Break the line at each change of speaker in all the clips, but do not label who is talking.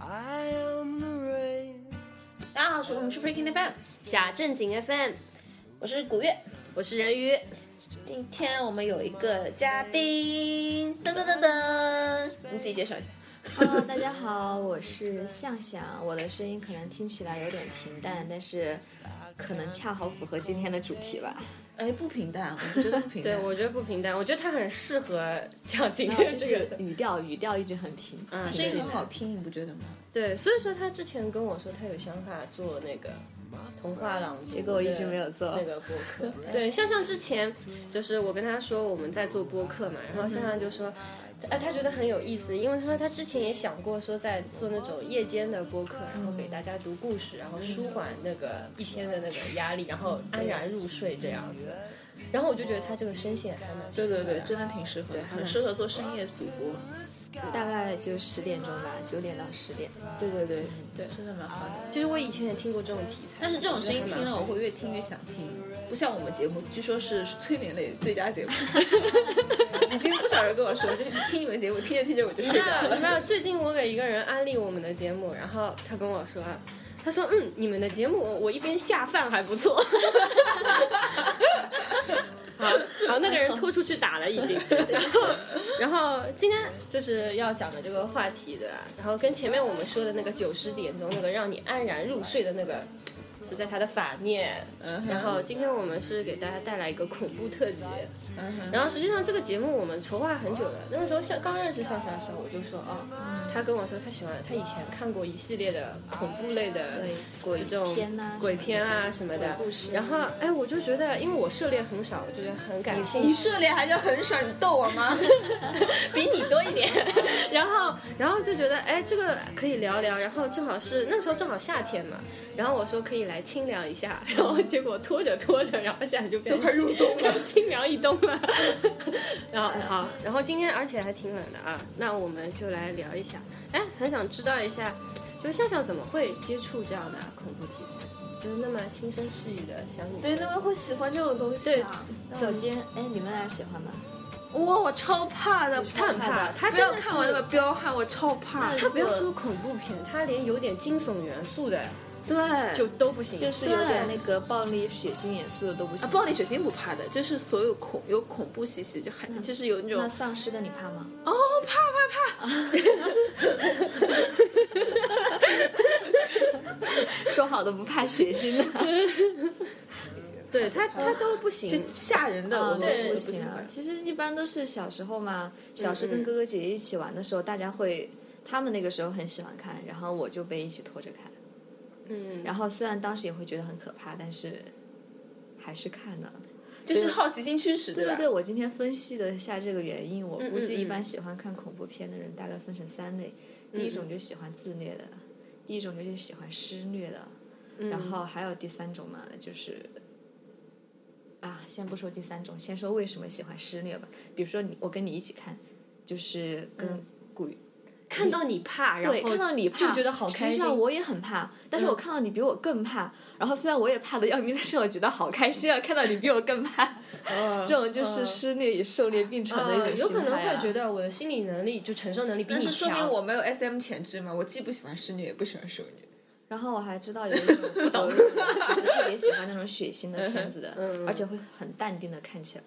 I am the rain.
大家好，是我们是 Freaking FM，
假正经 FM，
我是古月。
我是人鱼，
今天我们有一个嘉宾，噔噔噔噔，你自己介绍一下。
Hello，大啊家好，我是向向。我的声音可能听起来有点平淡，但是可能恰好符合今天的主题吧。
哎，不平淡，我觉得 不平
对我觉得不平淡，我觉得他很适合讲今
啊
然后啊
天
就
这个
是语调，语调一直很平。
嗯
声
声
音
音
很
很
好
好
听，你不觉得吗？
对，所以说他之前跟我说他有想法做那个童话朗读，
结果我一直没有做
那个播客。对，向向之前就是我跟他说我们在做播客嘛，然后向向就说，哎、他觉得很有意思，因为他说他之前也想过说在做那种夜间的播客，然后给大家读故事，然后舒缓那个一天的那个压力，然后安然入睡这样子。然后我就觉得他这个声线还蛮
对
适
对
合
对，
的
真的挺适合的，
还
很
蛮
适合做深夜主播。
大概就十点钟吧，九点到十点。
对对对
对
真的蛮好的。
其实我以前也听过这种题材，
但是这种声音听
我觉得还蛮
了
好
我会越听越想听，不像我们节目，据说是催眠类最佳节 目。已经不少人跟我说，就是听你们节目，听着听着我就睡着
没有没
了。
有，最近我给一个人安利我们的节目，然后他跟我说，他说嗯，你们的节目我一边下饭还不错。 好，好，那个人拖出去打了已经。 然后，然后今天就是要讲的这个话题对吧？然后跟前面我们说的那个九十点钟那个让你安然入睡的那个。是在它的反面，
嗯哼
然后今天我们是给大家带来一个恐怖特辑，
嗯
然后实际上这个节目我们筹划很久了，那个时候像刚认识向向的时候，我就说哦，他跟我说他喜欢，他以前看过一系列的恐怖类的
对鬼
这种
片啊
鬼片啊什么的
鬼故事，
然后哎，我就觉得因为我涉猎很少，我就觉得很感兴趣
你。涉猎还叫很少，你逗我吗？
比你多一点， 然后然后就觉得哎，这个可以聊聊，然后正好是那时候正好夏天嘛，然后我说可以来清凉一下， 然后结果拖着拖着，然后现在就变快入冬了，清凉一冬了， 然后好，然后今天而且还挺冷的啊，那我们就来聊一下，哎，很想知道一下，就是向向怎么会接触这样的恐怖题材，就是那么轻声细语的想你，
对，那么会喜欢这种东西啊？
首先，哎，你们俩喜欢
嗯
吗？
哇，我超怕的，
他很怕，他
不
真
要
的是
看我那个彪悍，我超怕。
他不要说恐怖片，他连有点惊悚元素的
对，
就都不行。
就是有点那个暴力、血腥、严肃的都不
啊
行。
暴力血腥不怕的，就是所有恐有恐怖兮兮，就很就是嗯有那种
那丧尸的你怕吗？
哦怕怕怕，
说好的不怕血腥的，
对他他都不行。
就吓人的我都
对，
我都
不
不喜
行啊
欢。。嗯
其实一般都是小时候嘛，小时候跟哥哥姐姐一起玩的时候，大家会，他们那个时候很喜欢看，然后我就被一起拖着看。
嗯，
然后虽然当时也会觉得很可怕，但是还是看了。
就是好奇心驱使，
对
吧？
对，我今天分析了一下这个原因，我
嗯
估计
嗯
一
嗯
般喜欢看恐怖片的人大概分成三类，第一
嗯
种就喜欢自虐的，第一种就是喜欢施虐的，
嗯
然后还有第三种嘛，就是。啊，先不说第三种，先说为什么喜欢施虐吧。比如说你，我跟你一起看，就是跟
嗯
古
看到你怕，然后
对，看到你怕，
就觉得好开
实际
心。
上我也很怕，但是我看到你比我更怕。然后虽然我也怕的要命，但是我觉得好开心啊！看到你比我更怕，这种就是施虐与受虐并存的一
呃
种
有
心
可能
态
会
啊
觉得我的心理能力就承受能力比
但
你
是说
强。
明我没有 S M 潜质嘛，我既不喜欢施虐，也不喜欢受虐。
然后我还知道有一种不 懂，其实特别喜欢那种血腥的片子的，而且会很淡定的看起来。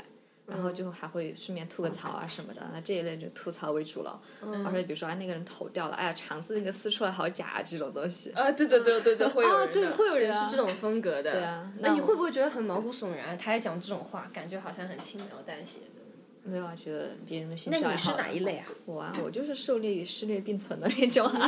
然后就还会顺便吐个槽啊什么的，那这一类就吐槽为主了。而且比如说啊，那个人头掉了，哎呀，肠子那个撕出来好假啊，这种东西。
啊，对对对对对，会有
啊，
人
对，
的
会有人
对
是
啊
这种风格的。
对啊
那
那
你
我
会不会觉得很毛骨悚然？他还讲这种话，感觉好像很轻描淡写的。
没有啊，觉得别人的兴
那
趣爱
你是
好。
哪一类啊？
我啊，我就是狩猎与施虐并存的那种啊。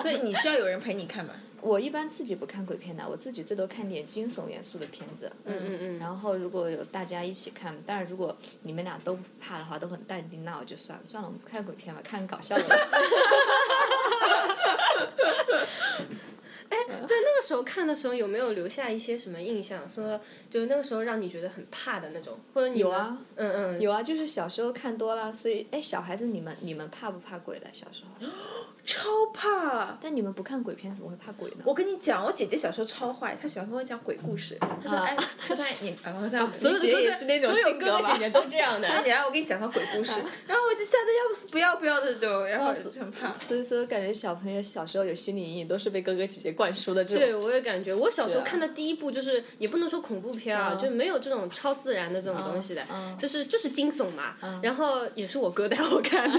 所以你需要有人陪你看嘛？
我一般自己不看鬼片的，我自己最多看点惊悚元素的片子。嗯
嗯嗯，
然后如果有大家一起看，当然如果你们俩都不怕的话，都很淡定，那我就算了，算了，我们不看鬼片吧，看搞笑的吧。
哎对，那个时候看的时候有没有留下一些什么印象？说就是那个时候让你觉得很怕的那种，或者你
有
们
啊，
嗯嗯，
有啊，就是小时候看多了，所以哎，小孩子你们你们怕不怕鬼的？小时候
超怕。
但你们不看鬼片，怎么会怕鬼呢？
我跟你讲，我姐姐小时候超坏，她喜欢跟我讲鬼故事。她说：“
啊
哎，她说哎你，然后她
所有
你
的
姐
哥
也
哥，
是那种
所有
性
哥
格
哥
吧
姐？”姐都这样的。
那哎你来，我给你讲个鬼故事，然后我就吓得要死，不要不要的就，然后就很怕。
所以说，感觉小朋友小时候有心理阴影，都是被哥哥姐姐灌输的这
对，
种。
我也感觉，我小时候
对啊
看的第一部就是，也不能说恐怖片啊，
嗯
就没有这种超自然的这种东西的，
嗯
就是就是惊悚嘛。然后也是我哥带我 看的，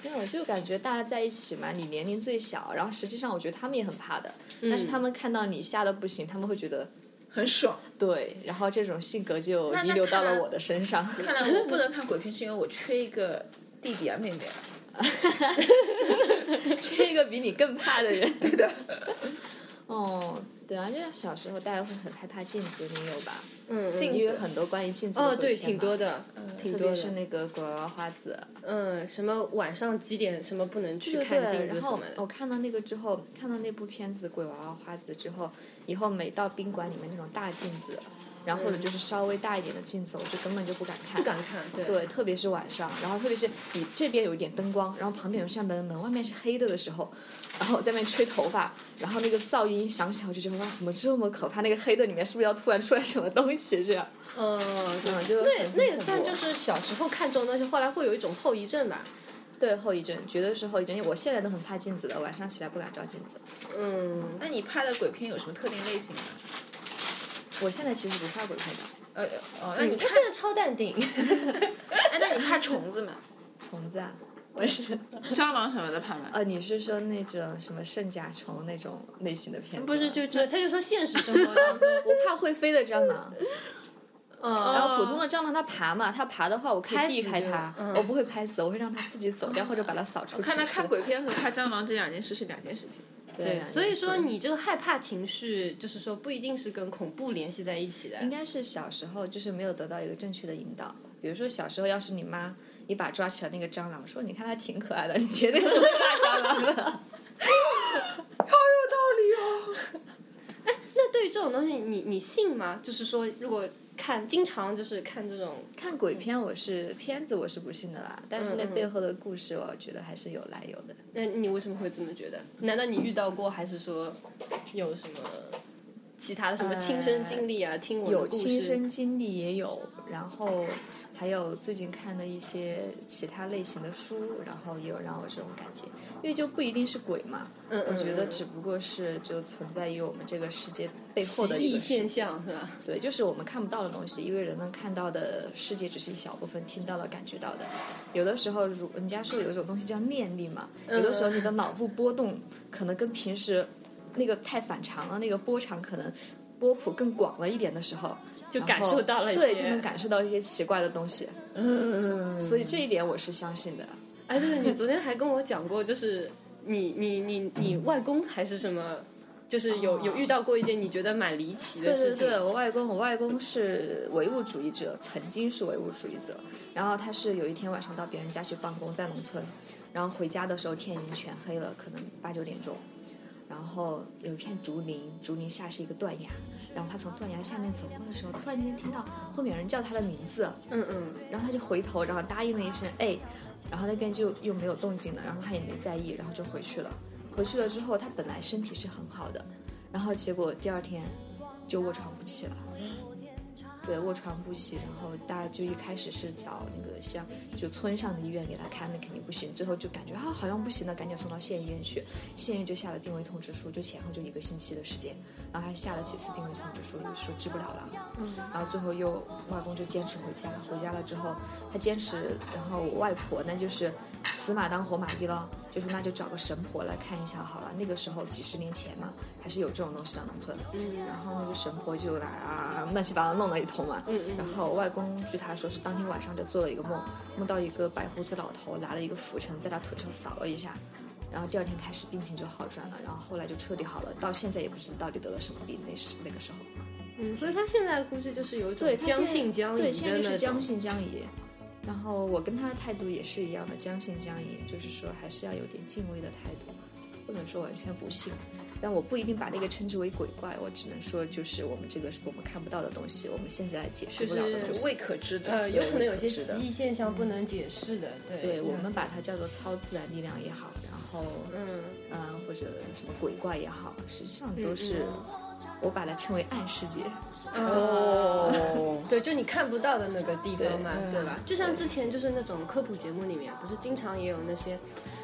对，我就感觉大家在一起嘛，你年龄最小，然后实际上我觉得他们也很怕的，但是他们看到你吓得不行，他们会觉得
很爽。
对，然后这种性格就
那
遗留到
看来
了我的身上。
看来我不能看鬼片，是因为我缺一个弟弟啊妹妹啊。
缺一个比你更怕的人。对
的。
哦，对啊，就是小时候大家会很害怕镜子，你有吧？
嗯，
镜
因为
子
很多关于镜子的
哦，
鬼
对，
片
挺
嘛
多，的，挺
嗯特
多
别是
的。
那个鬼娃娃花子。
嗯，什么晚上几点什么不能去
对
看
对，
镜子
然
什
后哦
么的
我。看到那个之后，看到那部片子《鬼娃娃花子》之后，以后每到宾馆里面那种大镜子，然后或者
嗯
就是稍微大一点的镜子，我就根本就不敢看。
不敢看，对，
对，特别是晚上，然后特别是你这边有一点灯光，然后旁边有扇门，门外面是黑的的时候，然后我在那边吹头发，然后那个噪音响起来，我就觉得哇，怎么这么可怕？那个黑的里面是不是要突然出来什么东西？这样，
嗯，对
嗯，就
对
很，
那
很
也
恐
算
怖啊
就是小时候看这种东西，后来会有一种后遗症吧。
对后遗症，绝对是后遗症。因为我现在都很怕镜子的，晚上起来不敢照镜子。
嗯，
那你怕的鬼片有什么特定类型吗？
我现在其实不怕鬼片的，
呃哦，那你
他
看，
现在超淡定，
哎，那你怕虫子吗？
虫子啊，我是
蟑螂什么的怕吗？
呃，你是说那种什么圣甲虫那种类型的片子吗？
不是，就
对，
这
他嗯就说现实生活 当中，
我怕会飞的蟑
哦
螂。然
嗯，
后普通的蟑螂它爬嘛，它爬的话我可以
拍
避
死
开
就
它，
嗯
我不会拍死，我会让它自己走掉或者把它扫出去。
看来看鬼片和怕蟑螂这两件事是两件事情。
对，啊
所以说
是
你这个害怕情绪，就是说不一定是跟恐怖联系在一起的。
应该是小时候就是没有得到一个正确的引导。比如说小时候，要是你妈一把抓起了那个蟑螂，说你看它挺可爱的，你绝对不会怕蟑螂 的。
那对于这种东西，你你信吗？就是说，如果看经常就是看这种，
看鬼片我是片子我是不信的啦，但是那
嗯嗯
背后的故事我觉得还是有来由的。
那你为什么会这么觉得？难道你遇到过，还是说有什么其他的什么亲身经历啊？听我的
呃有
故事
亲身经历也有，然后还有最近看的一些其他类型的书，然后也有让我这种感觉，因为就不一定是鬼嘛，
嗯
我觉得
嗯嗯
只不过是就存在于我们这个世界背后
奇
的一
异
个世界
现象是吧？
对，就是我们看不到的东西，因为人能看到的世界只是一小部分，听到了、感觉到的。有的时候，如人家说有一种东西叫念力嘛，有的时
嗯
候你的脑部波动可能跟平时那个太反常了，那个波长可能波谱更广了一点的时候，
就
然
感
后
受到了一
对，
些
就能感受到一些奇怪的东西。嗯，所以这一点我是相信的。
哎，对，你昨天还跟我讲过，就是你你你你外公还是什么，就是有、有遇到过一件你觉得蛮离奇的
哦对
事
对
情。
对，我外公，我外公是唯物主义者，曾经是唯物主义者。然后他是有一天晚上到别人家去办公，在农村，然后回家的时候天已经全黑了，可能八九点钟。然后有一片竹林，竹林下是一个断崖，然后他从断崖下面走过的时候，突然间听到后面有人叫他的名字，
嗯嗯，
然后他就回头，然后答应了一声哎，然后那边就又没有动静了，然后他也没在意，然后就回去了。回去了之后，他本来身体是很好的，然后结果第二天就卧床不起了。对，卧床不起，然后大家就一开始是找那个乡，就村上的医院给他看，那肯定不行。最后就感觉啊，好像不行了，赶紧送到县医院去。县医院就下了病危通知书，就前后就一个星期的时间，然后还下了几次病危通知书，就说治不了了。然后最后又外公就坚持回家，回家了之后他坚持，然后我外婆呢就是死马当活马医了，就说那就找个神婆来看一下好了。那个时候几十年前嘛，还是有这种东西的农村。
嗯
然后那个神婆就来啊乱七八糟弄了一通嘛。
嗯嗯
然后外公据他说是当天晚上就做了一个梦，梦到一个白胡子老头拿了一个拂尘在他腿上扫了一下。然后第二天开始病情就好转了，然后后来就彻底好了，到现在也不知道到底得了什么病，那时那个时候。
嗯，所以他现在估计就是有一种
对，他现
将
在
信将疑
对，
的
现在就是
那
将
种。
信将疑。然后我跟他的态度也是一样的，将信将疑，就是说还是要有点敬畏的态度，不能说完全不信。但我不一定把那个称之为鬼怪，我只能说就是我们这个是我们看不到的东西，我们现在解释不了的
就
东
是
西。
未可知的。
呃，有可能有些
知
奇
道
异现象不能解释的，对
对
对
我们把它叫做超自然力量也好，然后
嗯
嗯、呃或者什么鬼怪也好，实际上都
嗯
是、我把它称为暗世界。
哦，
对，就你看不到的那个地方嘛，
对
对
嗯
吧？就像之前就是那种科普节目里面，不是经常也有那些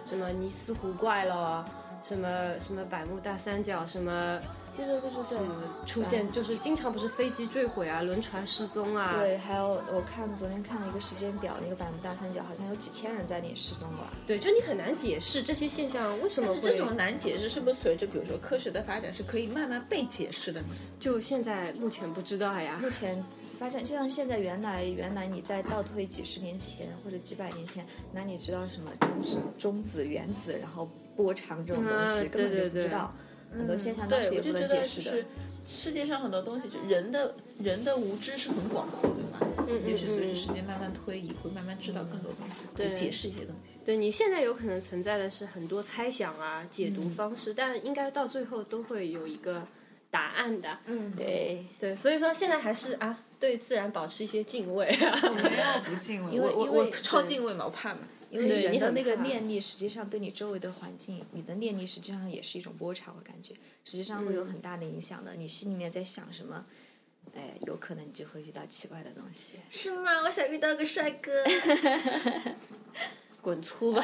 什么尼斯湖怪咯，什么什么百慕大三角，什么
对对对对嗯
什么出现，就是经常不是飞机坠毁啊，轮船失踪啊，
对，还有我看昨天看了一个时间表，那个百慕大三角好像有几千人在那里失踪了。
对，就你很难解释这些现象为什么
但
会
是这种难解释是不是随着比如说科学的发展是可以慢慢被解释的呢？
就现在目前不知道呀
目。前发现，就像现在原来原来你在倒退几十年前或者几百年前，哪里知道什么中子中子原子，然后波长这种东西，
嗯
根本
对
就
对
不知
对
道。很多现象当
嗯对，
时也
我
不
就
能
觉
解
得就
释的
是，世界上很多东西，就人的人的无知是很广阔的嘛。
嗯
也许随
嗯
着时间慢慢推移，会慢慢知道更多东西，
对
会解释一些东西。
对你现在有可能存在的是很多猜想啊、解读方式，但应该到最后都会有一个答案的。
嗯，
对，
对，所以说现在还是啊，对自然保持一些敬畏啊。
没有不敬畏，
因为
我我
因为
我超敬畏嘛，我怕嘛。
因为
对
人
你
的
很
那个
怕
念力，实际上对你周围的环境，你的念力实际上也是一种波长，我感觉实际上会有
嗯
很大的影响的。你心里面在想什么，哎，有可能你就会遇到奇怪的东西。
是吗？我想遇到个帅哥。
滚粗 吧。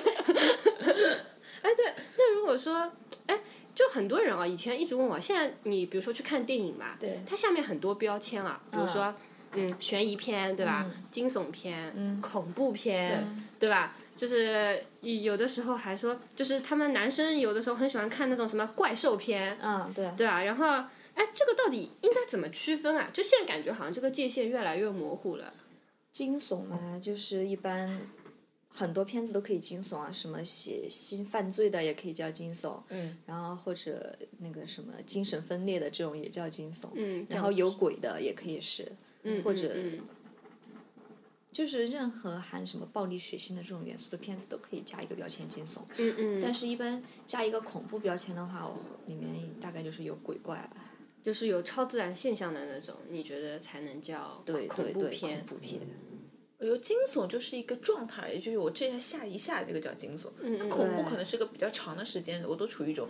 哎，对，那如果说，哎，就很多人啊，以前一直问我，现在你比如说去看电影嘛，
对
它下面很多标签啊，比如说，嗯，悬疑片对吧？惊悚片、恐怖片嗯对吧？就是有的时候还说，就是他们男生有的时候很喜欢看那种什么怪兽片，
嗯，对，
对啊，然后哎，这个到底应该怎么区分啊？就现在感觉好像这个界限越来越模糊了。
惊悚嘛，就是一般很多片子都可以惊悚啊，什么写新犯罪的也可以叫惊悚，
嗯，
然后或者那个什么精神分裂的这种也叫惊悚，
嗯，
然后有鬼的也可以是，
嗯
或者
嗯嗯
就是任何含什么暴力、血腥的这种元素的片子都可以加一个标签惊悚，
嗯嗯，
但是一般加一个恐怖标签的话，我里面大概就是有鬼怪了，
就是有超自然现象的那种，你觉得才能叫
对
恐
对
怖
对，
片
恐？怖片，
我觉得惊悚就是一个状态，也就是我这下下一下这个叫惊悚。
嗯嗯
恐怖
对
可能是个比较长的时间，我都处于一种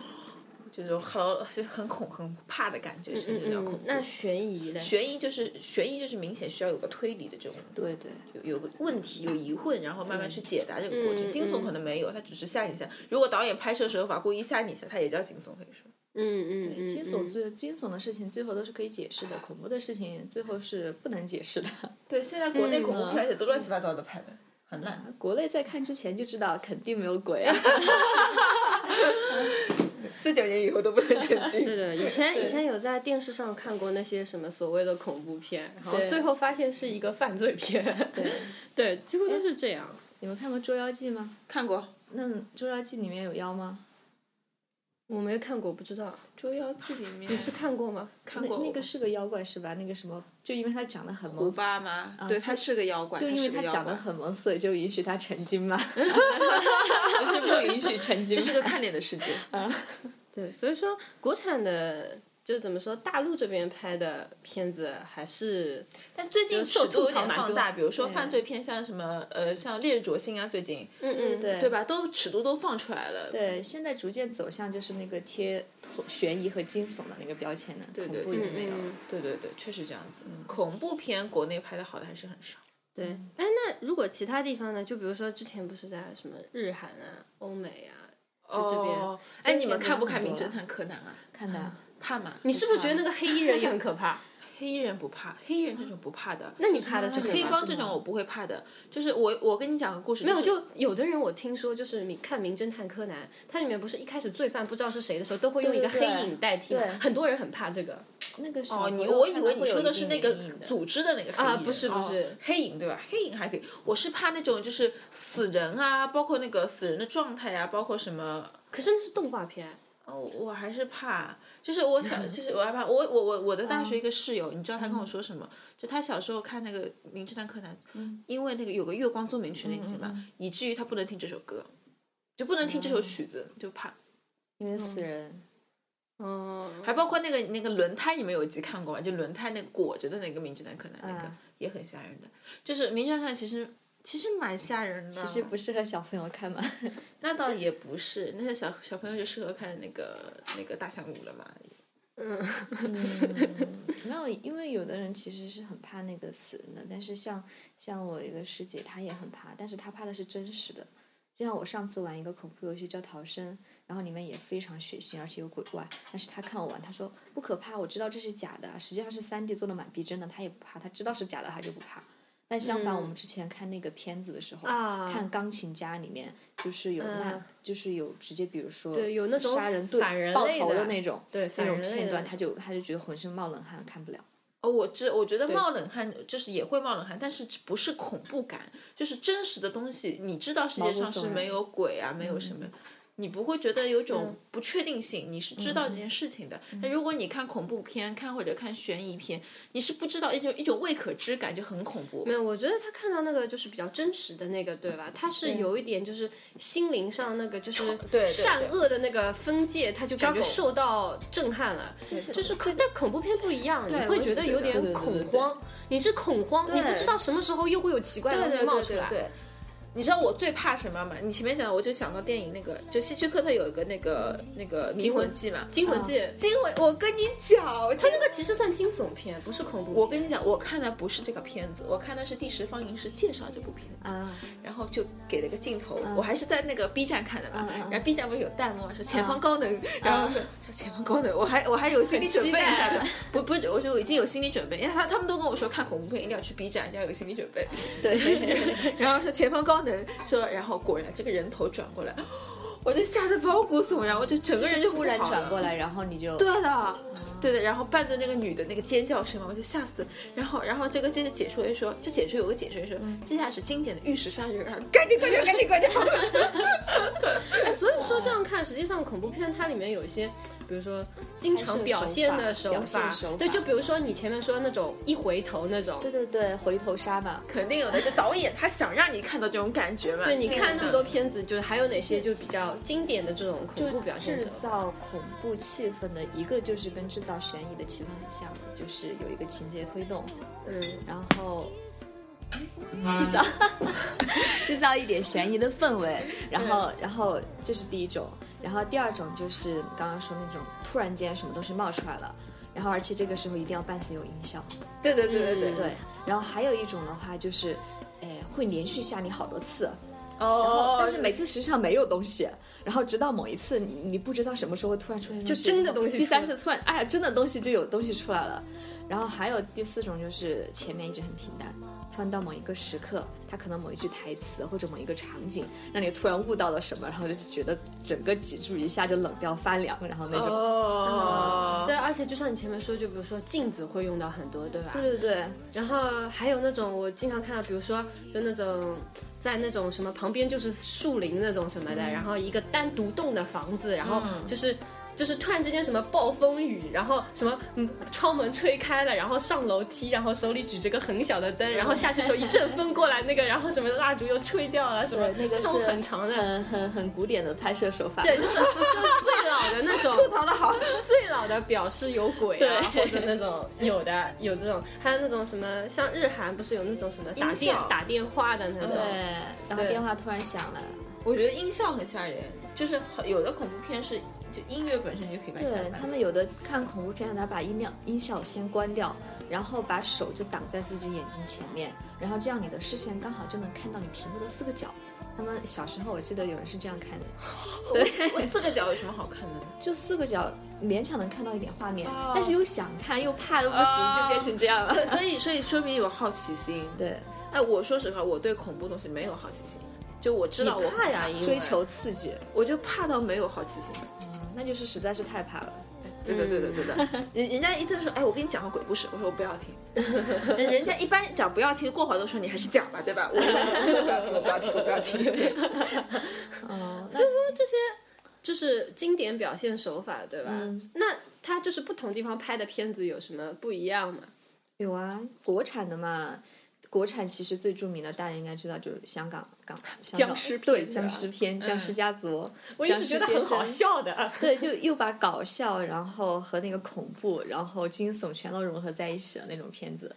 就是很是很恐很怕的感觉，甚
嗯
至叫恐
嗯
怖。，
那悬疑嘞？
悬疑就是悬疑就是明显需要有个推理的这种。
对对。
有有个问题有疑问，然后慢慢去解答这个过
嗯
程。惊悚可能没有，它只是吓你一下。如果导演拍摄手法故意吓你一下，它也叫惊悚，可以说。
嗯嗯嗯，
惊
嗯
悚最惊悚的事情最后都是可以解释的，恐怖的事情最后是不能解释的。
对，现在国内恐
怖
怖
片
片也都乱七八糟的拍的，很烂。
国内在看之前就知道肯定没有鬼啊。
四九年以后都不能成
对
精。
的，以前以前有在电视上看过那些什么所谓的恐怖片，然后
对
最后发现是一个犯罪片，
对，哎
对，几乎都是这样。
你们看过《捉妖记》吗？
看过
那《捉妖记》里面有妖吗？
我没看过，不知道，
《捉妖记》里面
你是看过吗？
看过
那那个是个妖怪是吧？那个什么，就因为他长得很
胡
萌，
巴吗？对，
就
他是个妖怪，
就因为
是个
他
妖
长
怪
得很萌，所以就允许他成精 嘛，就是不允许成精
这
嘛。
是 个看脸的世 界。嗯
对，所以说国产的。就怎么说，大陆这边拍的片子还是
但最近尺度有点放大，
就是受吐槽蛮多
比如说犯罪片，像什么呃，像《烈日灼心》啊，最近
嗯嗯
对
对吧，都尺度都放出来了。
对，现在逐渐走向就是那个贴悬疑和惊悚的那个标签了，
对
恐怖已经
嗯
没有了。
嗯
对对对，确实这样子。恐怖片国内拍的好的还是很少。
对，哎，那如果其他地方呢？就比如说之前不是在什么日韩啊、欧美啊，就这边。
哦，哎，你们
片子
看不看《
很
名
多
侦
啊
探柯南》啊？
看的啊，
怕吗？
你是不是觉得那个黑衣人也很可 怕？
黑衣人不怕，黑衣人这种不怕的。
那你怕的是什么
黑帮这
是吗
种我不会怕的，就是我我跟你讲个故事，
没有，
就是
就有的人我听说，就是你看《名侦探柯南》，它里面不是一开始罪犯不知道是谁的时候，都会用一个
对
黑
对对
影代替嘛，
对
很多人很怕这个。
那个小
哦，你
朋友
我以
看
为
到
你
会有
说的
一
是
定
那
有
个
阴影的
组织的那个黑
啊
影
不是不是
哦黑影对吧？黑影还可以，我是怕那种就是死人啊，包括那个死人的状态啊，包括什么。
可是那是动画片，
哦，我还是怕，就是我 小，就是我害怕。我我我我的大学
嗯
一个室友，你知道他跟我说什么？就他小时候看那个《名侦探柯南》，
嗯
因为那个有个月光奏鸣曲那集嘛，以至于他不能听这首歌，就不能听
哦
这首曲子，就怕。
因为死人。
嗯，
还包括那个那个轮胎，你们有一集看过吗？就轮胎那个裹着的那个名侦探柯南那个、
嗯
也很吓人的。就是名侦探柯南其实其实蛮吓人的。
其实不适合小朋友看嘛。
那倒也不是，那些小小朋友就适合看那个那个大象舞了嘛。
嗯
没有，因为有的人其实是很怕那个死人的，但是像像我一个师姐，她也很怕，但是她怕的是真实的。就像我上次玩一个恐怖游戏叫《逃生》，然后里面也非常血腥，而且有鬼怪。但是她看我玩，她说不可怕，我知道这是假的，实际上是三 D 做的蛮逼真的，她也不怕，她知道是假的，她就不怕。但相反，我们之前看那个片子的时候，
嗯啊
看《钢琴家》里面就是有那，
嗯
就是有直接，比如说
对有那种
杀人对
反人
爆
类
头
的
的那种，
对
那
反
种
人类
片
的
段，
那
他就他就觉得浑身冒冷汗，看不了。
哦，我知，我觉得
对
冒冷汗就是也会冒冷汗，但是不是恐怖感，就是真实的东西，你知道世界上
毛骨悚
是
然
没有鬼啊，没有什么。
嗯
你不会觉得有种不确定性，你是知
嗯
道这件事情的。但如果你看恐怖片，看或者看悬疑片，你是不知道一种一种未可知感，就很恐怖。
没有，我觉得他看到那个就是比较真实的那个，对吧？他是有一点就是心灵上那个就是
对对
善恶的那个分界，他就感觉
抓狗
受到震撼了。就是可但恐怖片不一样，你
对
会
我
觉
也
得
觉
有
得
点
对对对
恐
对对
慌，你是恐慌，你不知道什么时候又会有奇怪的
对
东西
对
冒
对
出
对
来。嗯
对。你知道我最怕什么吗？你前面讲的，我就想到电影那个，就希区柯特有一个那个那个《迷魂记》嘛。啊
惊魂记，
惊魂，我跟你讲，
它那个其实算惊悚片，不是恐怖片。
我跟你讲，我看的不是这个片子，我看的是第十方影视介绍这部片子，
啊，
然后就给了个镜头，我还是在那个 B 站看的嘛，
嗯嗯
然后 B 站不是有弹幕嘛，说前方高能，然后说说前方高能，我还我还有心理准备一下的
很，
不不，我就已经有心理准备，因为他他们都跟我说看恐怖片一定要去 B 站，要有心理准备，
对，
然后说前方高能，说然后果然这个人头转过来， 我就吓得毛骨悚然，我就整个人就
突然
不好了
转过来，然后你就
对的，对的。然后伴着那个女的那个尖叫声嘛，我就吓死了。然后，然后这个接着解说员说，这解说有个解说员说，接下来是经典的玉石杀人案，赶紧，赶 紧，赶紧，赶紧。
哎，所以说这样看，实际上恐怖片它里面有一些，比如说经常表现的手
拍摄手法表现手法
对，就比如说你前面说那种一回头那种，
对对对，回头杀嘛。
肯定有的，这导演他想让你看到这种感觉嘛。
对，你看这
这
么多片子，就是还有哪些就比较经典的这种恐怖表现
制
手法？
造恐怖气氛的一个就是跟制造悬疑的气氛很像的，就是有一个情节推动，
嗯，
然后制造 制造一点悬疑的氛围，然后然后这是第一种，然后第二种就是你刚刚说那种突然间什么东西冒出来了，然后而且这个时候一定要伴随有音效，
对对对对对
对，然后还有一种的话就是，哎会连续吓你好多次，然后
哦，
但是每次实际上没有东西，然后直到某一次你你不知道什么时候会突然出现东西，
就真的东西
第
出来
三次突然哎呀真的东西就有东西出来了，然后还有第四种就是前面一直很平淡，突然到某一个时刻，它可能某一句台词或者某一个场景让你突然悟到了什么，然后就觉得整个脊柱一下就冷掉发凉，然后那种。
哦，
对，而且就像你前面说，就比如说镜子会用到很多，对吧？
对对对，
然后还有那种我经常看到，比如说就那种在那种什么旁边就是树林那种什么的，
嗯
然后一个单独栋的房子，然后就是。就是突然之间什么暴风雨，然后什么嗯窗门吹开了，然后上楼梯，然后手里举着个很小的灯，然后下去的时候一阵风过来，那个然后什么蜡烛又吹掉了，什么
那个
这种
是
很长的，
很很很古典的拍摄手法。
对，就是就是最老的那种
吐槽的好，
最老的表示有鬼啊，或者那种有的有这种，还有那种什么，像日韩不是有那种什么打
音
电
效
打电话的那种
对，，然后
对
电话突然响了，
我觉得音效很吓人，就是好有的恐怖片是就音乐本身就可以把你吓
对
翻
他们有的看恐怖片，他把音量音效先关掉，然后把手就挡在自己眼睛前面，然后这样你的视线刚好就能看到你屏幕的四个角。他们小时候我记得有人是这样看的，
我四个角有什么好看 的呢？
就四个角勉强能看到一点画面，但是又想看又怕又不行，就变成 这样了。
所所以所以说明有好奇心。
对，
哎，我说实话，我对恐怖东西没有好奇心，就我知道我
你怕呀，因为
追求刺激，哦
我就怕到没有好奇心。
那就是实在是太怕了。
对的，对的，对的。
嗯
人人家一直说，哎，我跟你讲个鬼故事，我说我不要听。人人家一般讲不要听，过会儿都说你还是讲吧，对吧？我我真的不要听，我不要听，我不要听。
哦，那
就是经典表现手法，对吧？
嗯
那它就是不同地方拍的片子有什么不一样吗？
有啊，国产的嘛。国产其实最著名的，大家应该知道就是香港港香港
僵尸片
对
是吧嗯
僵尸片、僵尸家族、
我一
僵
直
尸
觉得
先
很好
生，
笑的，
对，就又把搞笑，然后和那个恐怖，然后惊悚全都融合在一起的那种片子。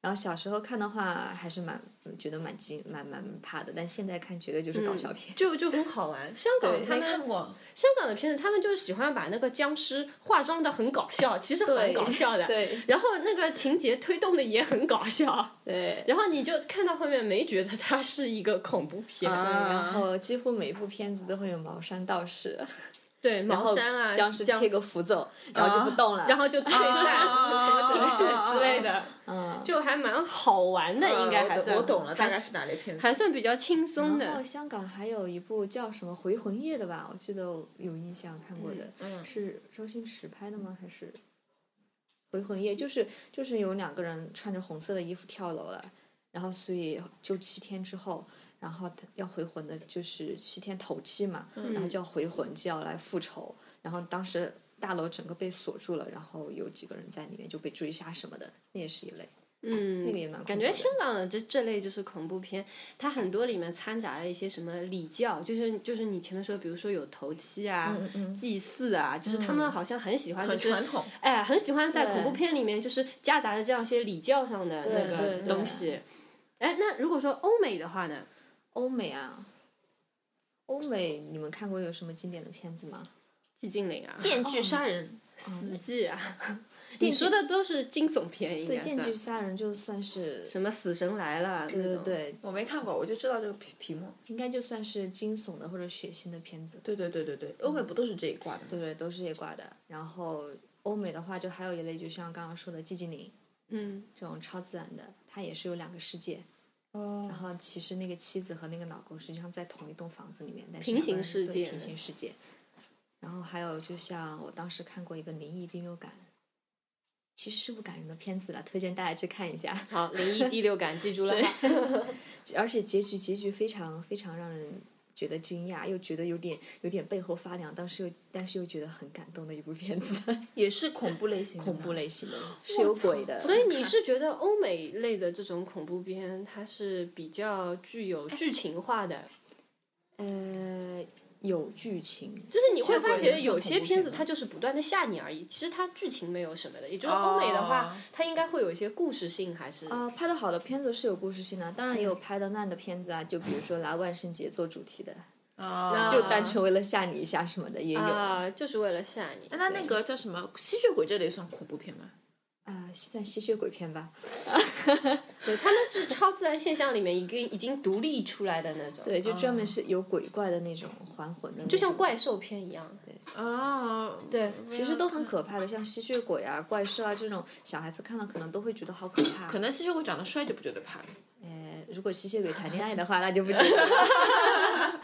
然后小时候看的话，还是蛮觉得蛮惊、蛮蛮蛮怕的，但现在看绝对就是搞
嗯
笑片。
就就很好玩。香港他
没
们
看过，
香港的片子，他们就是喜欢把那个僵尸化妆的很搞笑，其实很搞笑的。
对
然后那个情节推动的也很搞笑，
对。
然后你就看到后面没觉得它是一个恐怖片，
啊
然后几乎每一部片子都会有茅山道士，
对
然后
茅山啊，
僵尸
僵啊
贴个啊符咒，然后就不动了。
然后就退散，什么停止之类 的，
嗯，
就还蛮好玩
啊
的，应该还
嗯我
算
我懂了，大概
还
是哪类片子？
还算比较轻松
然后
的。
香港还有一部叫什么《回魂夜》的吧，我记得我有印象看过的，
嗯嗯
是周星驰拍的吗？还是《回魂夜》？就是就是有两个人穿着红色的衣服跳楼了，然后所以就七天之后。然后他要回魂的，就是七天头七嘛，
嗯
然后就要回魂，就要来复仇。然后当时大楼整个被锁住了，然后有几个人在里面就被追杀什么的，那也是一类。
嗯，
那个也蛮恐
感觉
怖的
香港的这这类就是恐怖片，它很多里面掺杂了一些什么礼教，就是就是你前面说，比如说有头七啊、
嗯
祭祀啊，就是他们好像很喜欢、就
很
是
传统，
哎，很喜欢在恐怖
对
片里面就是夹杂着这样一些礼教上的
对
那
对
个
对
东西。哎，那如果说欧美的话呢？
欧美啊，欧美你们看过有什么经典的片子吗？
寂静岭啊，
电锯杀人，
死寂啊，
电
你
锯
说的都是惊悚片，应
对，
该
《电锯
算
杀人》就算是，
什么死神来了
对
那
对
种。
对，
哦我没看过，我就知道这个题题目。
应该就算是惊悚的或者血腥的片子，
对对对对对，欧美不都是这一挂的吗？
对对，都是这一挂的。然后欧美的话，就还有一类，就像刚刚说的《寂静岭》
嗯，
这种超自然的，它也是有两个世界。
哦
然，后其实那个妻子和那个老公实际上在同一栋房子里面，但是
平
两个
行
人
世
对
界
平行世界。然后还有就像我当时看过一个《灵异第六感》，其实是部感人的片子了，推荐大家去看一下。
好，灵异第六感记住了吧。
而且结局结局非常非常让人觉得惊讶，又觉得有点有点背后发凉，但是又但是又觉得很感动的一部片子，
也是恐怖类型的吗，
恐怖类型的，是有鬼的。
所以你是觉得欧美类的这种恐怖片，它是比较具有
哎
剧情化的，
呃，有剧情，就
就是你会发觉有些片
啊
子它就是不断的吓你而已，其实它剧情没有什么的。也就是欧美的话
哦，
它应该会有一些故事性，还是
啊、拍的好的片子是有故事性的，当然也有拍的烂的片子啊，就比如说拿万圣节做主题的，
啊，
就单纯为了吓你一下什么的也有啊，
啊，就是为了吓 你。
那那个叫什么吸血鬼这类算恐怖片吗？
啊算吸血鬼片吧。
对，他们是超自然现象里面已经已经独立出来的那种，
对，，就专门是有鬼怪的那种还魂的那种，
就像怪兽片一样。
啊，
对，
其实都很可怕的，像吸血鬼啊、怪兽啊这种，小孩子看了可能都会觉得好可怕。
可能吸血鬼长得帅就不觉得怕了。
呃，如果吸血鬼谈恋爱的话，那就不觉得了。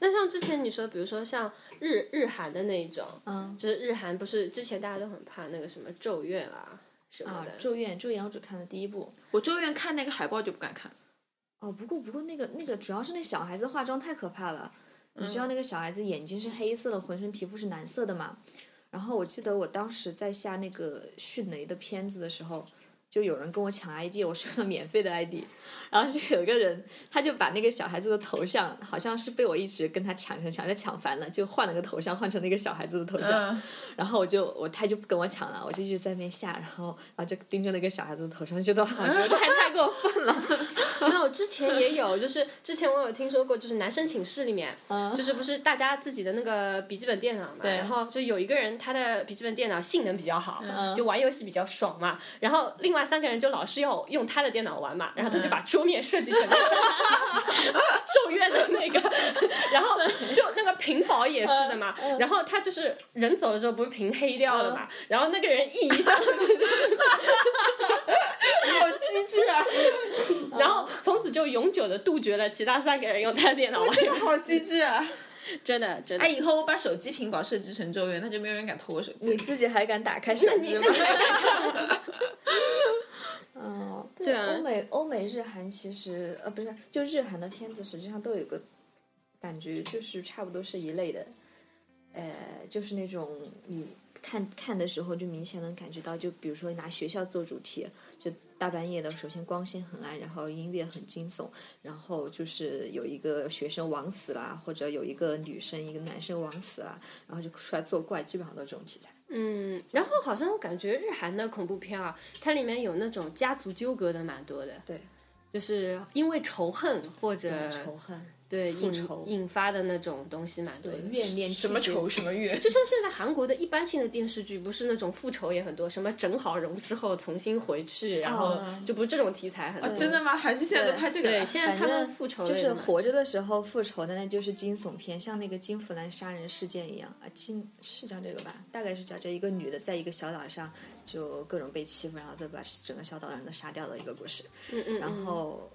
那像之前你说，比如说像日日韩的那一种，
嗯
就是日韩不是之前大家都很怕那个什么咒怨啊什么
啊
的，，
咒怨，咒怨我只看了第一部。
我周院看那个海报就不敢看，
哦，不过不过那个那个主要是那小孩子化妆太可怕了。你知道那个小孩子眼睛是黑色的，浑身皮肤是蓝色的嘛？然后我记得我当时在下那个迅雷的片子的时候，就有人跟我抢 ID，我是用的免费的 ID，然 后就有个人他就把那个小孩子的头像，好像是被我一直跟他抢抢抢，就抢烦了，就换了个头像，换成那个小孩子的头像。
嗯
然后我就我他就不跟我抢了，我就一直在那边下，然后然后就盯着那个小孩子的头上，觉得好觉得太太过分了。
那我之前也有，就是之前我有听说过，就是男生寝室里面，就是不是大家自己的那个笔记本电脑嘛，然后就有一个人他的笔记本电脑性能比较好，就玩游戏比较爽嘛，然后另外三个人就老是要用他的电脑玩嘛，然后他就把桌面设计成那个咒怨的那个，然后就那个屏保也是的嘛，然后他就是人走了之后不是屏黑掉了嘛，然后那个人一移上去。
好机智啊！
然后从此就永久的杜绝了其他三个人用他的电脑玩
这
游
个
戏。
好机智啊！
真的真的。
哎，以后我把手机屏保设置成周院，那就没有人敢偷我手
你
机。
自己还敢打开手机吗？ 哦，对
啊
欧美、欧美、日韩其实呃不是，就日韩的片子实际上都有一个感觉，就是差不多是一类的，呃，就是那种你看看的时候就明显能感觉到，就比如说拿学校做主题，就大半夜的，首先光线很暗，然后音乐很惊悚，然后就是有一个学生枉死啦，或者有一个女生一个男生枉死啦，然后就出来作怪，基本上都是这种题材。
嗯，然后好像我感觉日韩的恐怖片啊，它里面有那种家族纠葛的蛮多的，
对，
就是因为仇恨或者
仇恨，
对
复
引
仇
引发的那种东西蛮多的。
怨念
什么仇什么怨，
就像现在韩国的一般性的电视剧，不是那种复仇也很多，什么整好容之后重新回去，然后
哦
就不是这种题材
啊
很多。
真的吗？韩剧现在都拍这个
对，
了？
现在
反
他们
正
复仇类
就
的
是
嘛
活着的时候复仇的，那就是惊悚片，像那个金弗兰杀人事件一样啊，金是叫这个吧？大概是叫这一个女的在一个小岛上就各种被欺负，然后再把整个小岛的人都杀掉的一个故事。
嗯嗯，
然后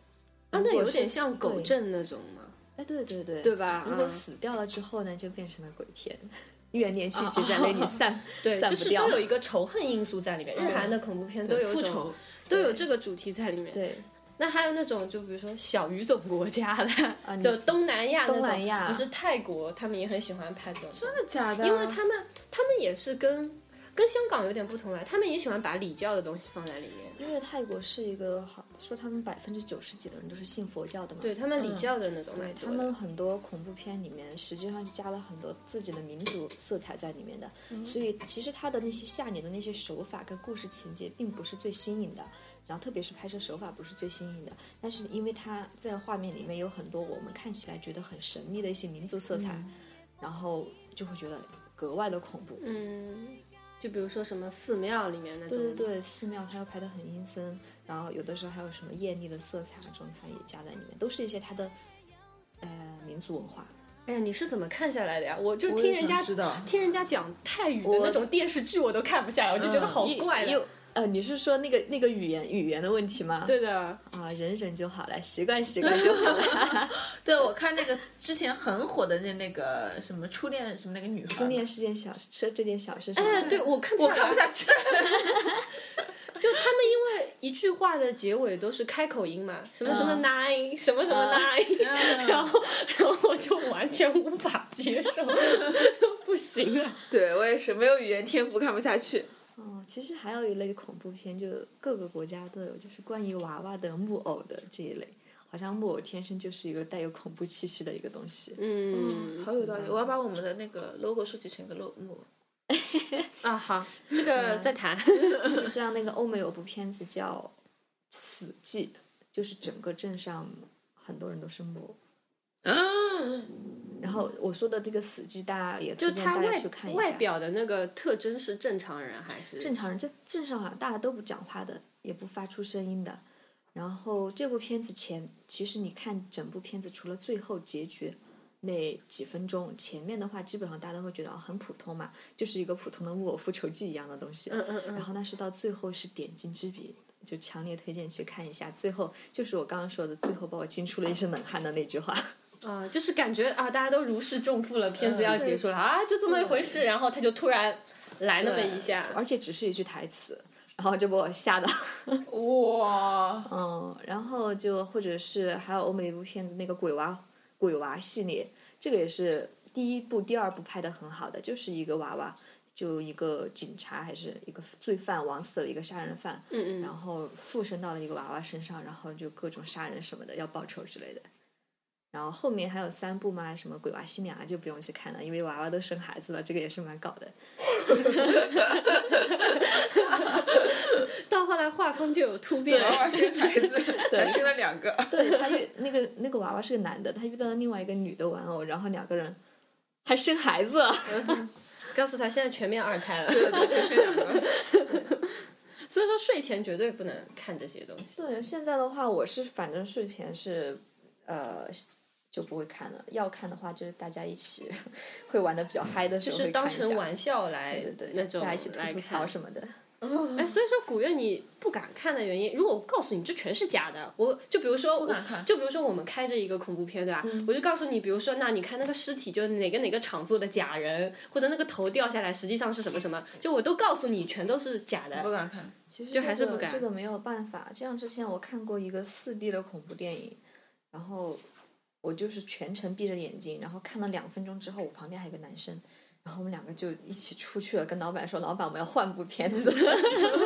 啊，
如
那
果
有点
是
像狗
对
镇那种嘛，
哎，对对对，
对吧
如果
啊
死掉了之后呢，就变成了鬼片， 怨念一直在那里散，
哦对，
散
就
不
是
掉
都。有一个仇恨因素在里面。日韩的恐怖片都有一
复
种
仇，
都有这个主题在里面。
对，
那还有那种，就比如说小语种国家的，
啊你
就东南亚那种，
东南亚
不是泰国，他们也很喜欢拍这种，
真的假的？
因为他们他们也是跟跟香港有点不同了，他们也喜欢把礼教的东西放在里面。
因为泰国是一个好说他们百分之九十几的人都是信佛教的嘛，
对他们礼教的那种蛮
对他
多的，
们很多恐怖片里面，实际上是加了很多自己的民族色彩在里面的，
嗯
所以其实他的那些吓你的那些手法跟故事情节并不是最新颖的，然后特别是拍摄手法不是最新颖的，但是因为他在画面里面有很多我们看起来觉得很神秘的一些民族色彩，然后就会觉得格外的恐怖。
嗯，就比如说什么寺庙里面那种，
对对对，寺庙它又拍的很阴森，然后有的时候还有什么艳丽的色彩啊这种，它也加在里面，都是一些它的呃民族文化。
哎呀，你是怎么看下来的呀？我就
我
听
也
人
想
家
知道
听人家讲泰语的
我
那种电视剧，我都看不下来，我就觉得
嗯
好
一
怪的。
又呃，你是说那个那个语言语言的问题吗？
对的，
啊，忍忍就好了，习惯习惯就好 了。
对我看那个之前很火的那那个什么初恋什么那个女孩，初
初恋是件小事，这件小事是吧？
哎，对我看
我看不
来
下去。
就他们因为一句话的结尾都是开口音嘛，什么什么
嗯
nine，、什么什么 nine，、然
嗯
后然后我就完全无法 接受，不行啊！
对我也是没有语言天赋，看不下去。
哦，其实还有一类恐怖片，就各个国家都有，就是关于娃娃的木偶的这一类，好像木偶天生就是一个带有恐怖气息的一个东西。
嗯
好有道理，我要把我们的那个 logo 设计成一个 logo。
啊，好，这
嗯
个再 谈。
像那个欧美有部片子叫《死寂》，就是整个镇上很多人都是木偶。
啊
嗯，
然后我说的这个死寂，大家也
就
推荐
他
大家
外
去看一下。
外表的那个特征是正常人还是
正常人，就镇上好像大家都不讲话的，也不发出声音的。然后这部片子前，其实你看整部片子，除了最后结局那几分钟，前面的话基本上大家都会觉得哦很普通嘛，就是一个普通的木偶复仇记一样的东西。
嗯嗯
然后但是到最后是点睛之笔，就强烈推荐去看一下。最后就是我刚刚说的，最后把我惊出了一身冷汗的那句话。
啊、就是感觉啊，大家都如释重负了，片子要
嗯
结束了、啊，就这么一回事，然后他就突然来那么一下，
而且只是一句台词，然后就把我吓到。
哇，
嗯，然后就或者是还有欧美一部片子那个鬼娃鬼娃系列，这个也是第一部、第二部拍的很好的，就是一个娃娃，就一个警察还是一个罪犯枉死了一个杀人犯，
嗯嗯，
然后附身到了一个娃娃身上，然后就各种杀人什么的要报仇之类的。然后后面还有三部嘛，什么鬼娃新娘啊，就不用去看了，因为娃娃都生孩子了，这个也是蛮搞的。
到后来画风就有突变，
娃生孩子，还生了两个。
对他遇那个那个娃娃是个男的，他遇到了另外一个女的玩偶，然后两个人还生孩子了。
告诉他现在全面二胎了，
生两个。
所以说睡前绝对不能看这些东西。
对，现在的话，我是反正睡前是，呃，就不会看了。要看的话，就是大家一起 会玩的比较嗨的时
就
候
是
会看
当
一下
成，玩笑来
对对，
那
大
种
家一起吐
来
吐槽
看
什么的。
哎，所以说古月你不敢看的原因，如果我告诉你这全是假的，我就比如说我
敢看
就比如说我们开着一个恐怖片对吧、
嗯
我就告诉你，比如说那你看那个尸体就是哪个哪个厂做的假人，或者那个头掉下来实际上是什么什么，就我都告诉你全都是假
不
的。
敢看，
其实
就
这
还是
个
不敢
这个没有办法。就像之前我看过一个四 D 的恐怖电影，然后我就是全程闭着眼睛，然后看了两分钟之后，我旁边还有一个男生，然后我们两个就一起出去了，跟老板说：“老板，我们要换部片子。”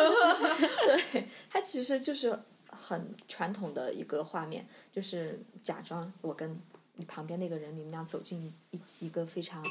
对，它其实就是很传统的一个画面，就是假装我跟你旁边那个人，你们俩走进一一个非常。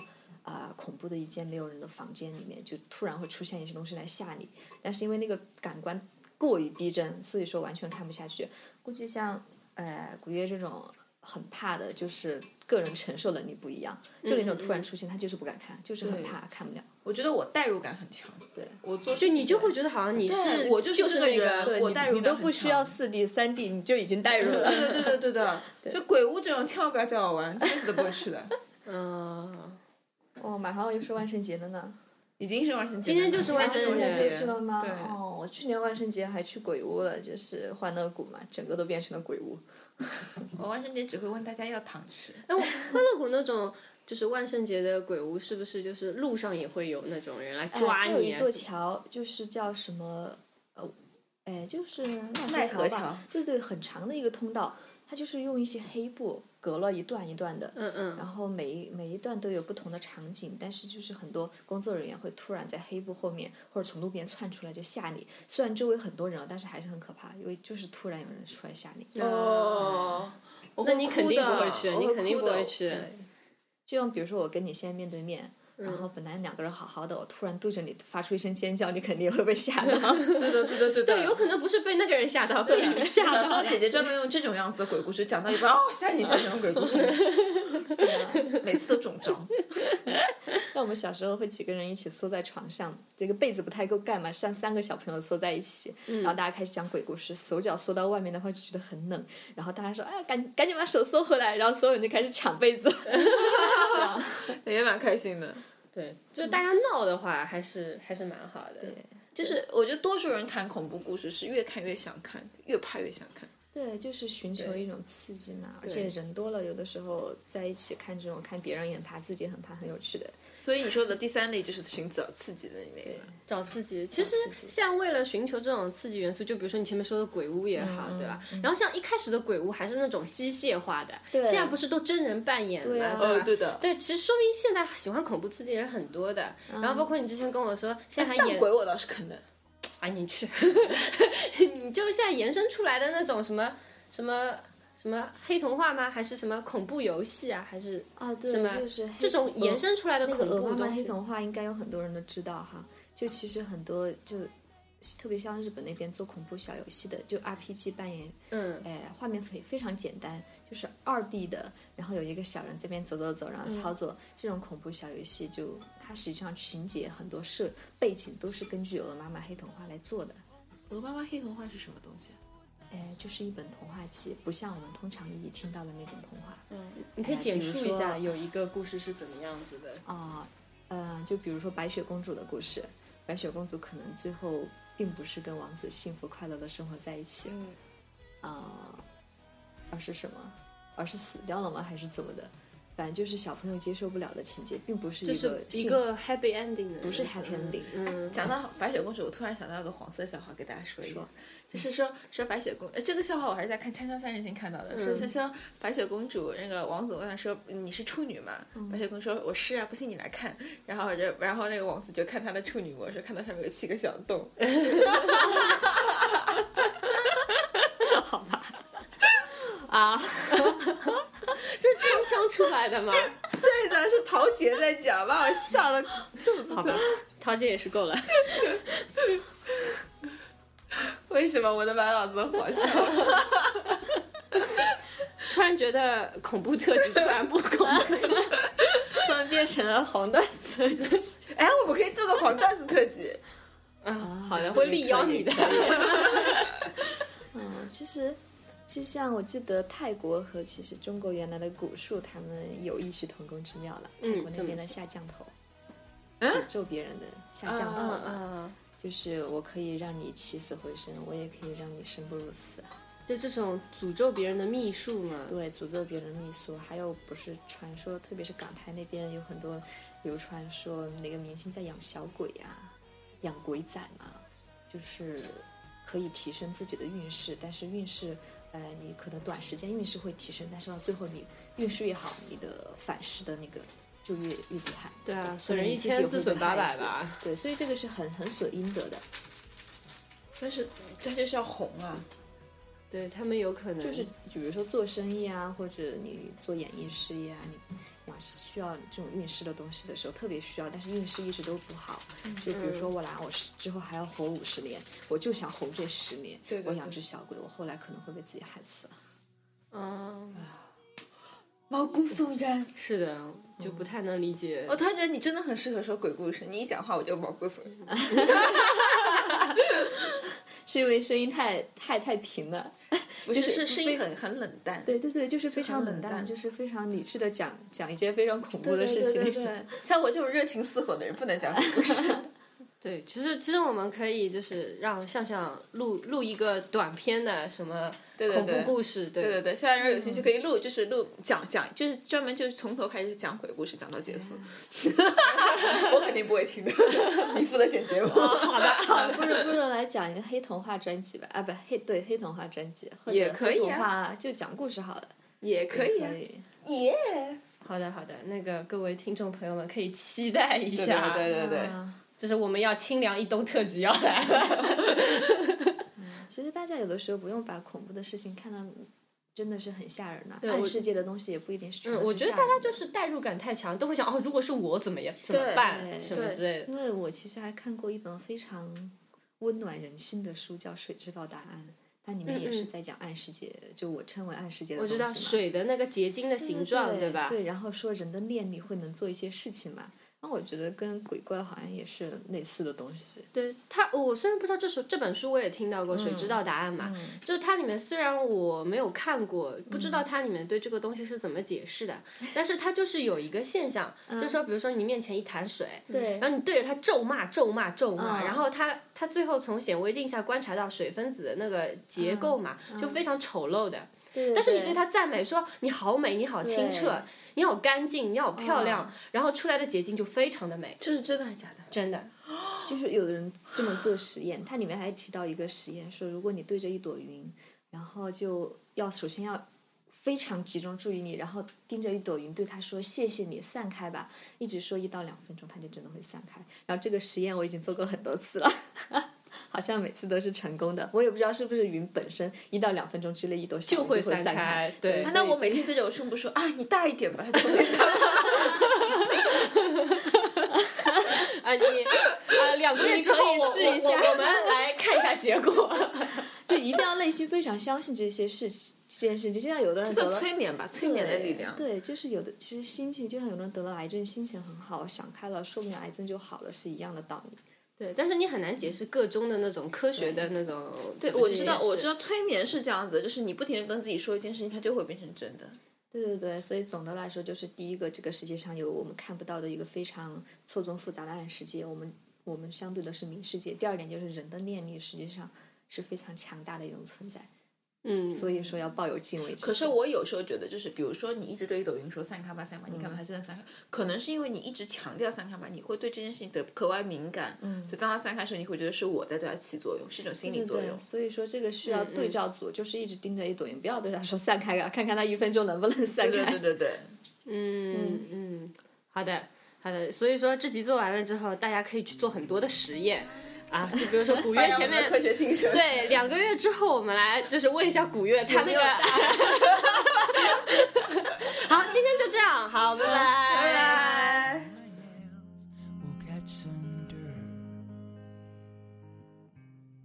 啊、恐怖的一间没有人的房间里面，就突然会出现一些东西来吓你。但是因为那个感官过于逼真，所以说完全看不下去。估计像呃古月这种很怕的，就是个人承受能力不一样，
嗯
就那种突然出现，他就是不敢看，就是
对
很怕看不了。
我觉得我代入感很强，
对，
我做
就
事
你
情
就
的
会觉得好像你是
对我
就
就是这个
那
人
对
我
你
代入
你
感
都
很
不需
强
要四 D、三 D，你就已经代入了。
对对 对对的，就鬼屋这种千万不要叫我玩，这辈子都不会去 的。
嗯，
哦，马上又是万圣节了呢，
已经是万圣节了，
今天
啊
就是万圣
今天
节
就是了吗？
对，
哦，我去年万圣节还去鬼屋了，就是欢乐谷嘛，整个都变成了鬼屋。
我万圣节只会问大家要糖吃。
哎，我欢乐谷那种就是万圣节的鬼屋，是不是就是路上也会有那种人来抓
哎还有
你
一
啊？
座桥，就是叫什么呃，哎，就是奈
奈
何
何
桥吧
桥？
对对，很长的一个通道，它就是用一些黑布隔了一段一段的，
嗯嗯，
然后每一每一段都有不同的场景，但是就是很多工作人员会突然在黑布后面或者从路边窜出来就吓你。虽然周围很多人啊了，但是还是很可怕，因为就是突然有人出来吓你。
哦，我
那
会
你
哭
肯定
的
不会去，
我
你肯定
哭
不
的
会去。
对，就像比如说我跟你现在面对面。然后本来两个人好好的，我突然对着你发出一声尖叫，你肯定也会被吓 到。
对的对的对的。
对，有可能不是被那个人吓到，被你吓
小时
到
候。姐姐专门用这种样子的鬼故事讲到一半，哦，吓你一下，这种鬼故事， 啊每次都中招。
那我们小时候会几个人一起缩在床上，这个被子不太够盖嘛，像三个小朋友缩在一起，然后大家开始讲鬼故事，手脚缩到外面的话就觉得很冷，然后大家说哎呀赶赶紧把手缩回来，然后所有人就开始抢被子， 这样
也蛮开心的，
对，就大家闹的话，还是还是蛮好的。
就是我觉得多数人看恐怖故事是越看越想看，越怕越想看。
对，就是寻求
对
一种刺激嘛，而且人多了，有的时候在一起看这种看别人也很怕，自己也很怕，很有趣的。
所以你说的第三类就是寻找刺激的那类了。
找刺激，其实
找刺激
像为了寻求这种刺激元素，就比如说你前面说的鬼屋也
嗯
好，对吧？然后像一开始的鬼屋还是那种机械化的，
对
现在不是都真人扮演
对
了
啊
吗，对
哦
吧？，
对的。
对，其实说明现在喜欢恐怖刺激的人很多的。
嗯
然后包括你之前跟我说，
哎
现在还
但
演
鬼我倒是肯的，
啊，你去， 你就现在延伸出来的那种什么什么什么黑童话吗？还是什么恐怖游戏啊？还是
啊，对，
什么
就是嗯
这种延伸出来的
呃那
恐
个
怖
鹅妈妈
东
黑
西？
童话应该有很多人都知道哈，就其实很多就特别像日本那边做恐怖小游戏的，就 RPG 扮演，
嗯，
哎，画面非非常简单，就是二 D 的，然后有一个小人这边走走走，然后操
嗯
作、这种恐怖小游戏就，它实际上情节很多设背景都是根据《鹅妈妈黑童话》来做的。
鹅妈妈黑童话是什么东西啊？
哎，就是一本童话集，不像我们通常意义听到的那种童话。
你可以
哎
简
比如
述一下
说
有一个故事是怎么样子的？
啊，呃，就比如说白雪公主的故事，白雪公主可能最后并不是跟王子幸福快乐的生活在一起，
嗯，
啊、而是什么？而是死掉了吗？还是怎么的？反正就是小朋友接受不了的情节，并不是
就
一
是
个
一
幸
个 happy ending 的，
不是
就是
happy ending
嗯，
讲到白雪公主，我突然想到一个黄色笑话，给大家说一下
说，
就是说说白雪公，呃，这个笑话我还是在看《锵锵三人行》看到的，
嗯
说说说白雪公主，那个王子问她说你是处女吗？
嗯
白雪公主说我是啊，不信你来看。然后就然后那个王子就看她的处女膜，说看到上面有七个小 洞，
啊，
这是锵锵出来的吗？
对的，是陶杰在讲，把我笑的。
好吧，桃姐也是够了。
为什么我的满脑子火笑？
突然觉得恐怖特质突然不 恐怖，
变成了黄段子。
哎，我们可以做个黄段子特辑，
嗯，
啊
好的， 会力邀你的。
嗯，其实。其实像我记得泰国和其实中国原来的古树，他们有异曲同工之妙了。
嗯
泰国那
这么啊
边的下降头，诅咒别人的下降头啊
嗯
嘛，
嗯，
就是我可以让你起死回生，我也可以让你生不如死。
就这种诅咒别人的秘术嘛。
对，诅咒别人秘术，还有不是传说，特别是港台那边有很多流传说哪个明星在养小鬼呀、养鬼仔嘛，就是可以提升自己的运势，但是运势。呃，你可能短时间运势会提升，但是到最后你运势越好，你的反噬的那个就越越厉害。
对啊，
可
损
能
人
你
一
自己
千，
也
自
会
损
被
八
害
百
死
吧。
对，所以这个是很很损阴德的。
但是这就是要红啊，
对他们有可能
就是比如说做生意啊，或者你做演艺事业啊，你养需要这种运势的东西的时候，特别需要，但是运势一直都不好。
嗯
就比如说我来，我是之后还要活五十年，我就想活这十年。
对对
我养
对
只小鬼，我后来可能会被自己害死。
嗯，
毛骨悚然。
是的，就
嗯
不太能理解。
我
哦
突然觉得你真的很适合说鬼故事，你一讲话我就毛骨悚然。
是因为声音太太太平了。
不是，
就是是
声音很很冷淡。
对对对，就是非常
很冷
冷淡，
淡
就是非常理智的讲讲一件非常恐怖
对
的事情
对对对，像我这种热情似火的人，不能讲鬼故事。
对，其实其实我们可以就是让向向录录一个短片的什么
对
恐
对
怖
对
故事，对
对对对，现在如果有兴趣可以录，就是录讲讲，就是专门就是从头开始讲鬼故事，讲到结束。 我肯定不会听的，你负责剪节目。好的，好
不如不如来讲一个黑童话专辑吧，啊不黑对黑童话专辑，或
也
者
可以
黑童
啊
话就讲故事好了，
也可以啊
可，以。
耶！
好的好的，那个各位听众朋友们可以期待一
对
下，
对对对对，
啊
就是我们要清凉一冬特辑要来了。
其实大家有的时候不用把恐怖的事情看到真的是很吓人的、
对
暗
我
世界的东西也不一定是全
嗯
都
我
是
觉得
吓
大家
人的
就是代入感太强，都会想哦，如果是我怎么样怎么办
对
什么之类的。
因为我其实还看过一本非常温暖人心的书，叫《水知道答案》，它里面也是
嗯嗯
在讲暗世界，就我称为暗世界的
我
东
知
西
道
嘛。
水的那个结晶的形状，
对
吧？
对，然后说人的念力会能做一些事情嘛，那我觉得跟鬼怪好像也是类似的东西。
对他，我虽然不知道这首这本书，我也听到过《谁知
嗯
道答案》嘛，就是它里面虽然我没有看过，不
嗯
知道它里面对这个东西是怎么解释的，但是它就是有一个 现象，
嗯
就说比如说你面前一潭水，
对
然后你对着它咒骂、咒骂、咒骂，
嗯
然后它它最后从显微镜下观察到水分子的那个
嗯
结构嘛，就非常丑陋的。但是你对它赞美说你好美，你好清澈
对，
你好干净，你好漂亮，然后出来的结晶就非常的美，
嗯这是真的还是假的？
真的。
就是有的人这么做实验，它里面还提到一个实验，说如果你对着一朵云，然后就要首先要非常集中注意力，然后盯着一朵云对它说谢谢你，散开吧，一直说一到两分钟，它就真的会散开。然后这个实验我已经做过很多次了。 好像每次都是成功的，我也不知道是不是云本身一到两分钟之内一朵小
就
云
会
会
散
散
开对
啊
所以
那我
这
每
个
天对着我胸部说啊，你大一点吧，他就会看到
啊，你啊，两个 月之后
你可以试一下
我我我我们来看一下结果。
就一定要内心非常相信这些事情，这件事情就像有的人得
算
了
催眠吧，催眠的力
对
量。
对，就是有的，其实心情就像有人得了癌症，心情很好，想开了，说不定癌症就好了，是一样的道理。
对，但是你很难解释个中的那种科学的那种。对，
我知道，我知道，催眠是这样子，就是你不停的跟自己说一件事情，它就会变成真的。
对对对，所以总的来说，就是第一个，这个世界上有我们看不到的一个非常错综复杂的暗世界，我们我们相对的是明世界。第二点就是人的念力实际上是非常强大的一种存在，
嗯，
所以说要抱有敬畏之心。
可是我有时候觉得，就是比如说你一直对抖音说散开吧，散开吧，你看到它真的散开，可能是因为你一直强调散开吧，你会对这件事情的格外敏感，所以当它散开的时候，你会觉得是我在对它起作用，是一嗯种心理
对
作
对
用，。
所以说这个需要对照组，就是一直盯着一朵云，不要对他说散开啊，看看他一分钟能不能散
对
开。
对对对对，
嗯嗯，好的好的。所以说这集做完了之后，大家可以去做很多的实验啊，就比如说古月前面
科学精神，
对，两个月之后我们来就是问一下古月他那
没
个
有。
好，今天就这样，好，拜拜，拜拜。
My nails will catch some dirt.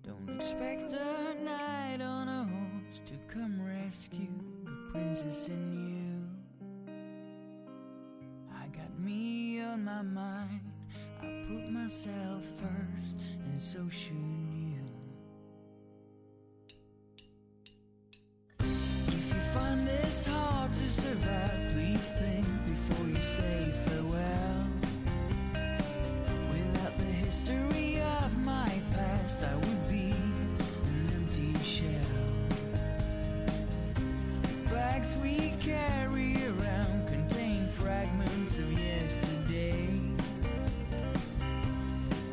Don't expect a knight on a horse to come rescue the princess in you. I got me on my mind. I put myself first, and so should you. If you find this hard to survive, please think before you say farewell. Without the history of my past, I would be an empty shell. The bags we carry around contain fragments of yesterday.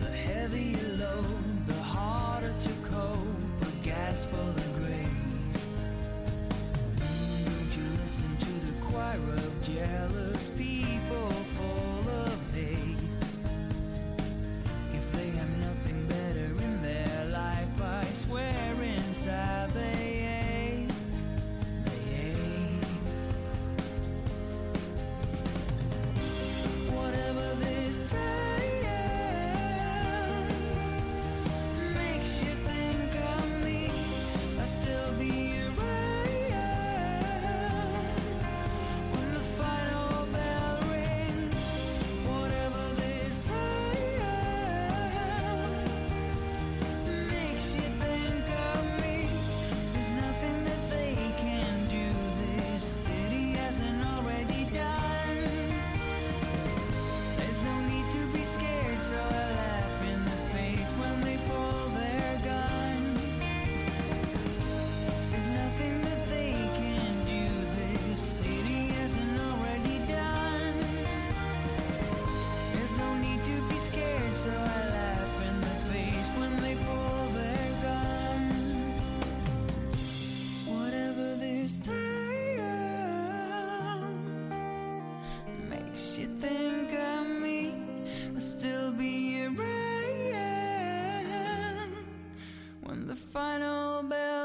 The heavier load, the harder to cope, a gas for the grave. Don't you listen to the choir of jealous people full of hate? If they have nothing better in their life, I swear inside they ache. They ache. you think of me, I'll still be around when the final bell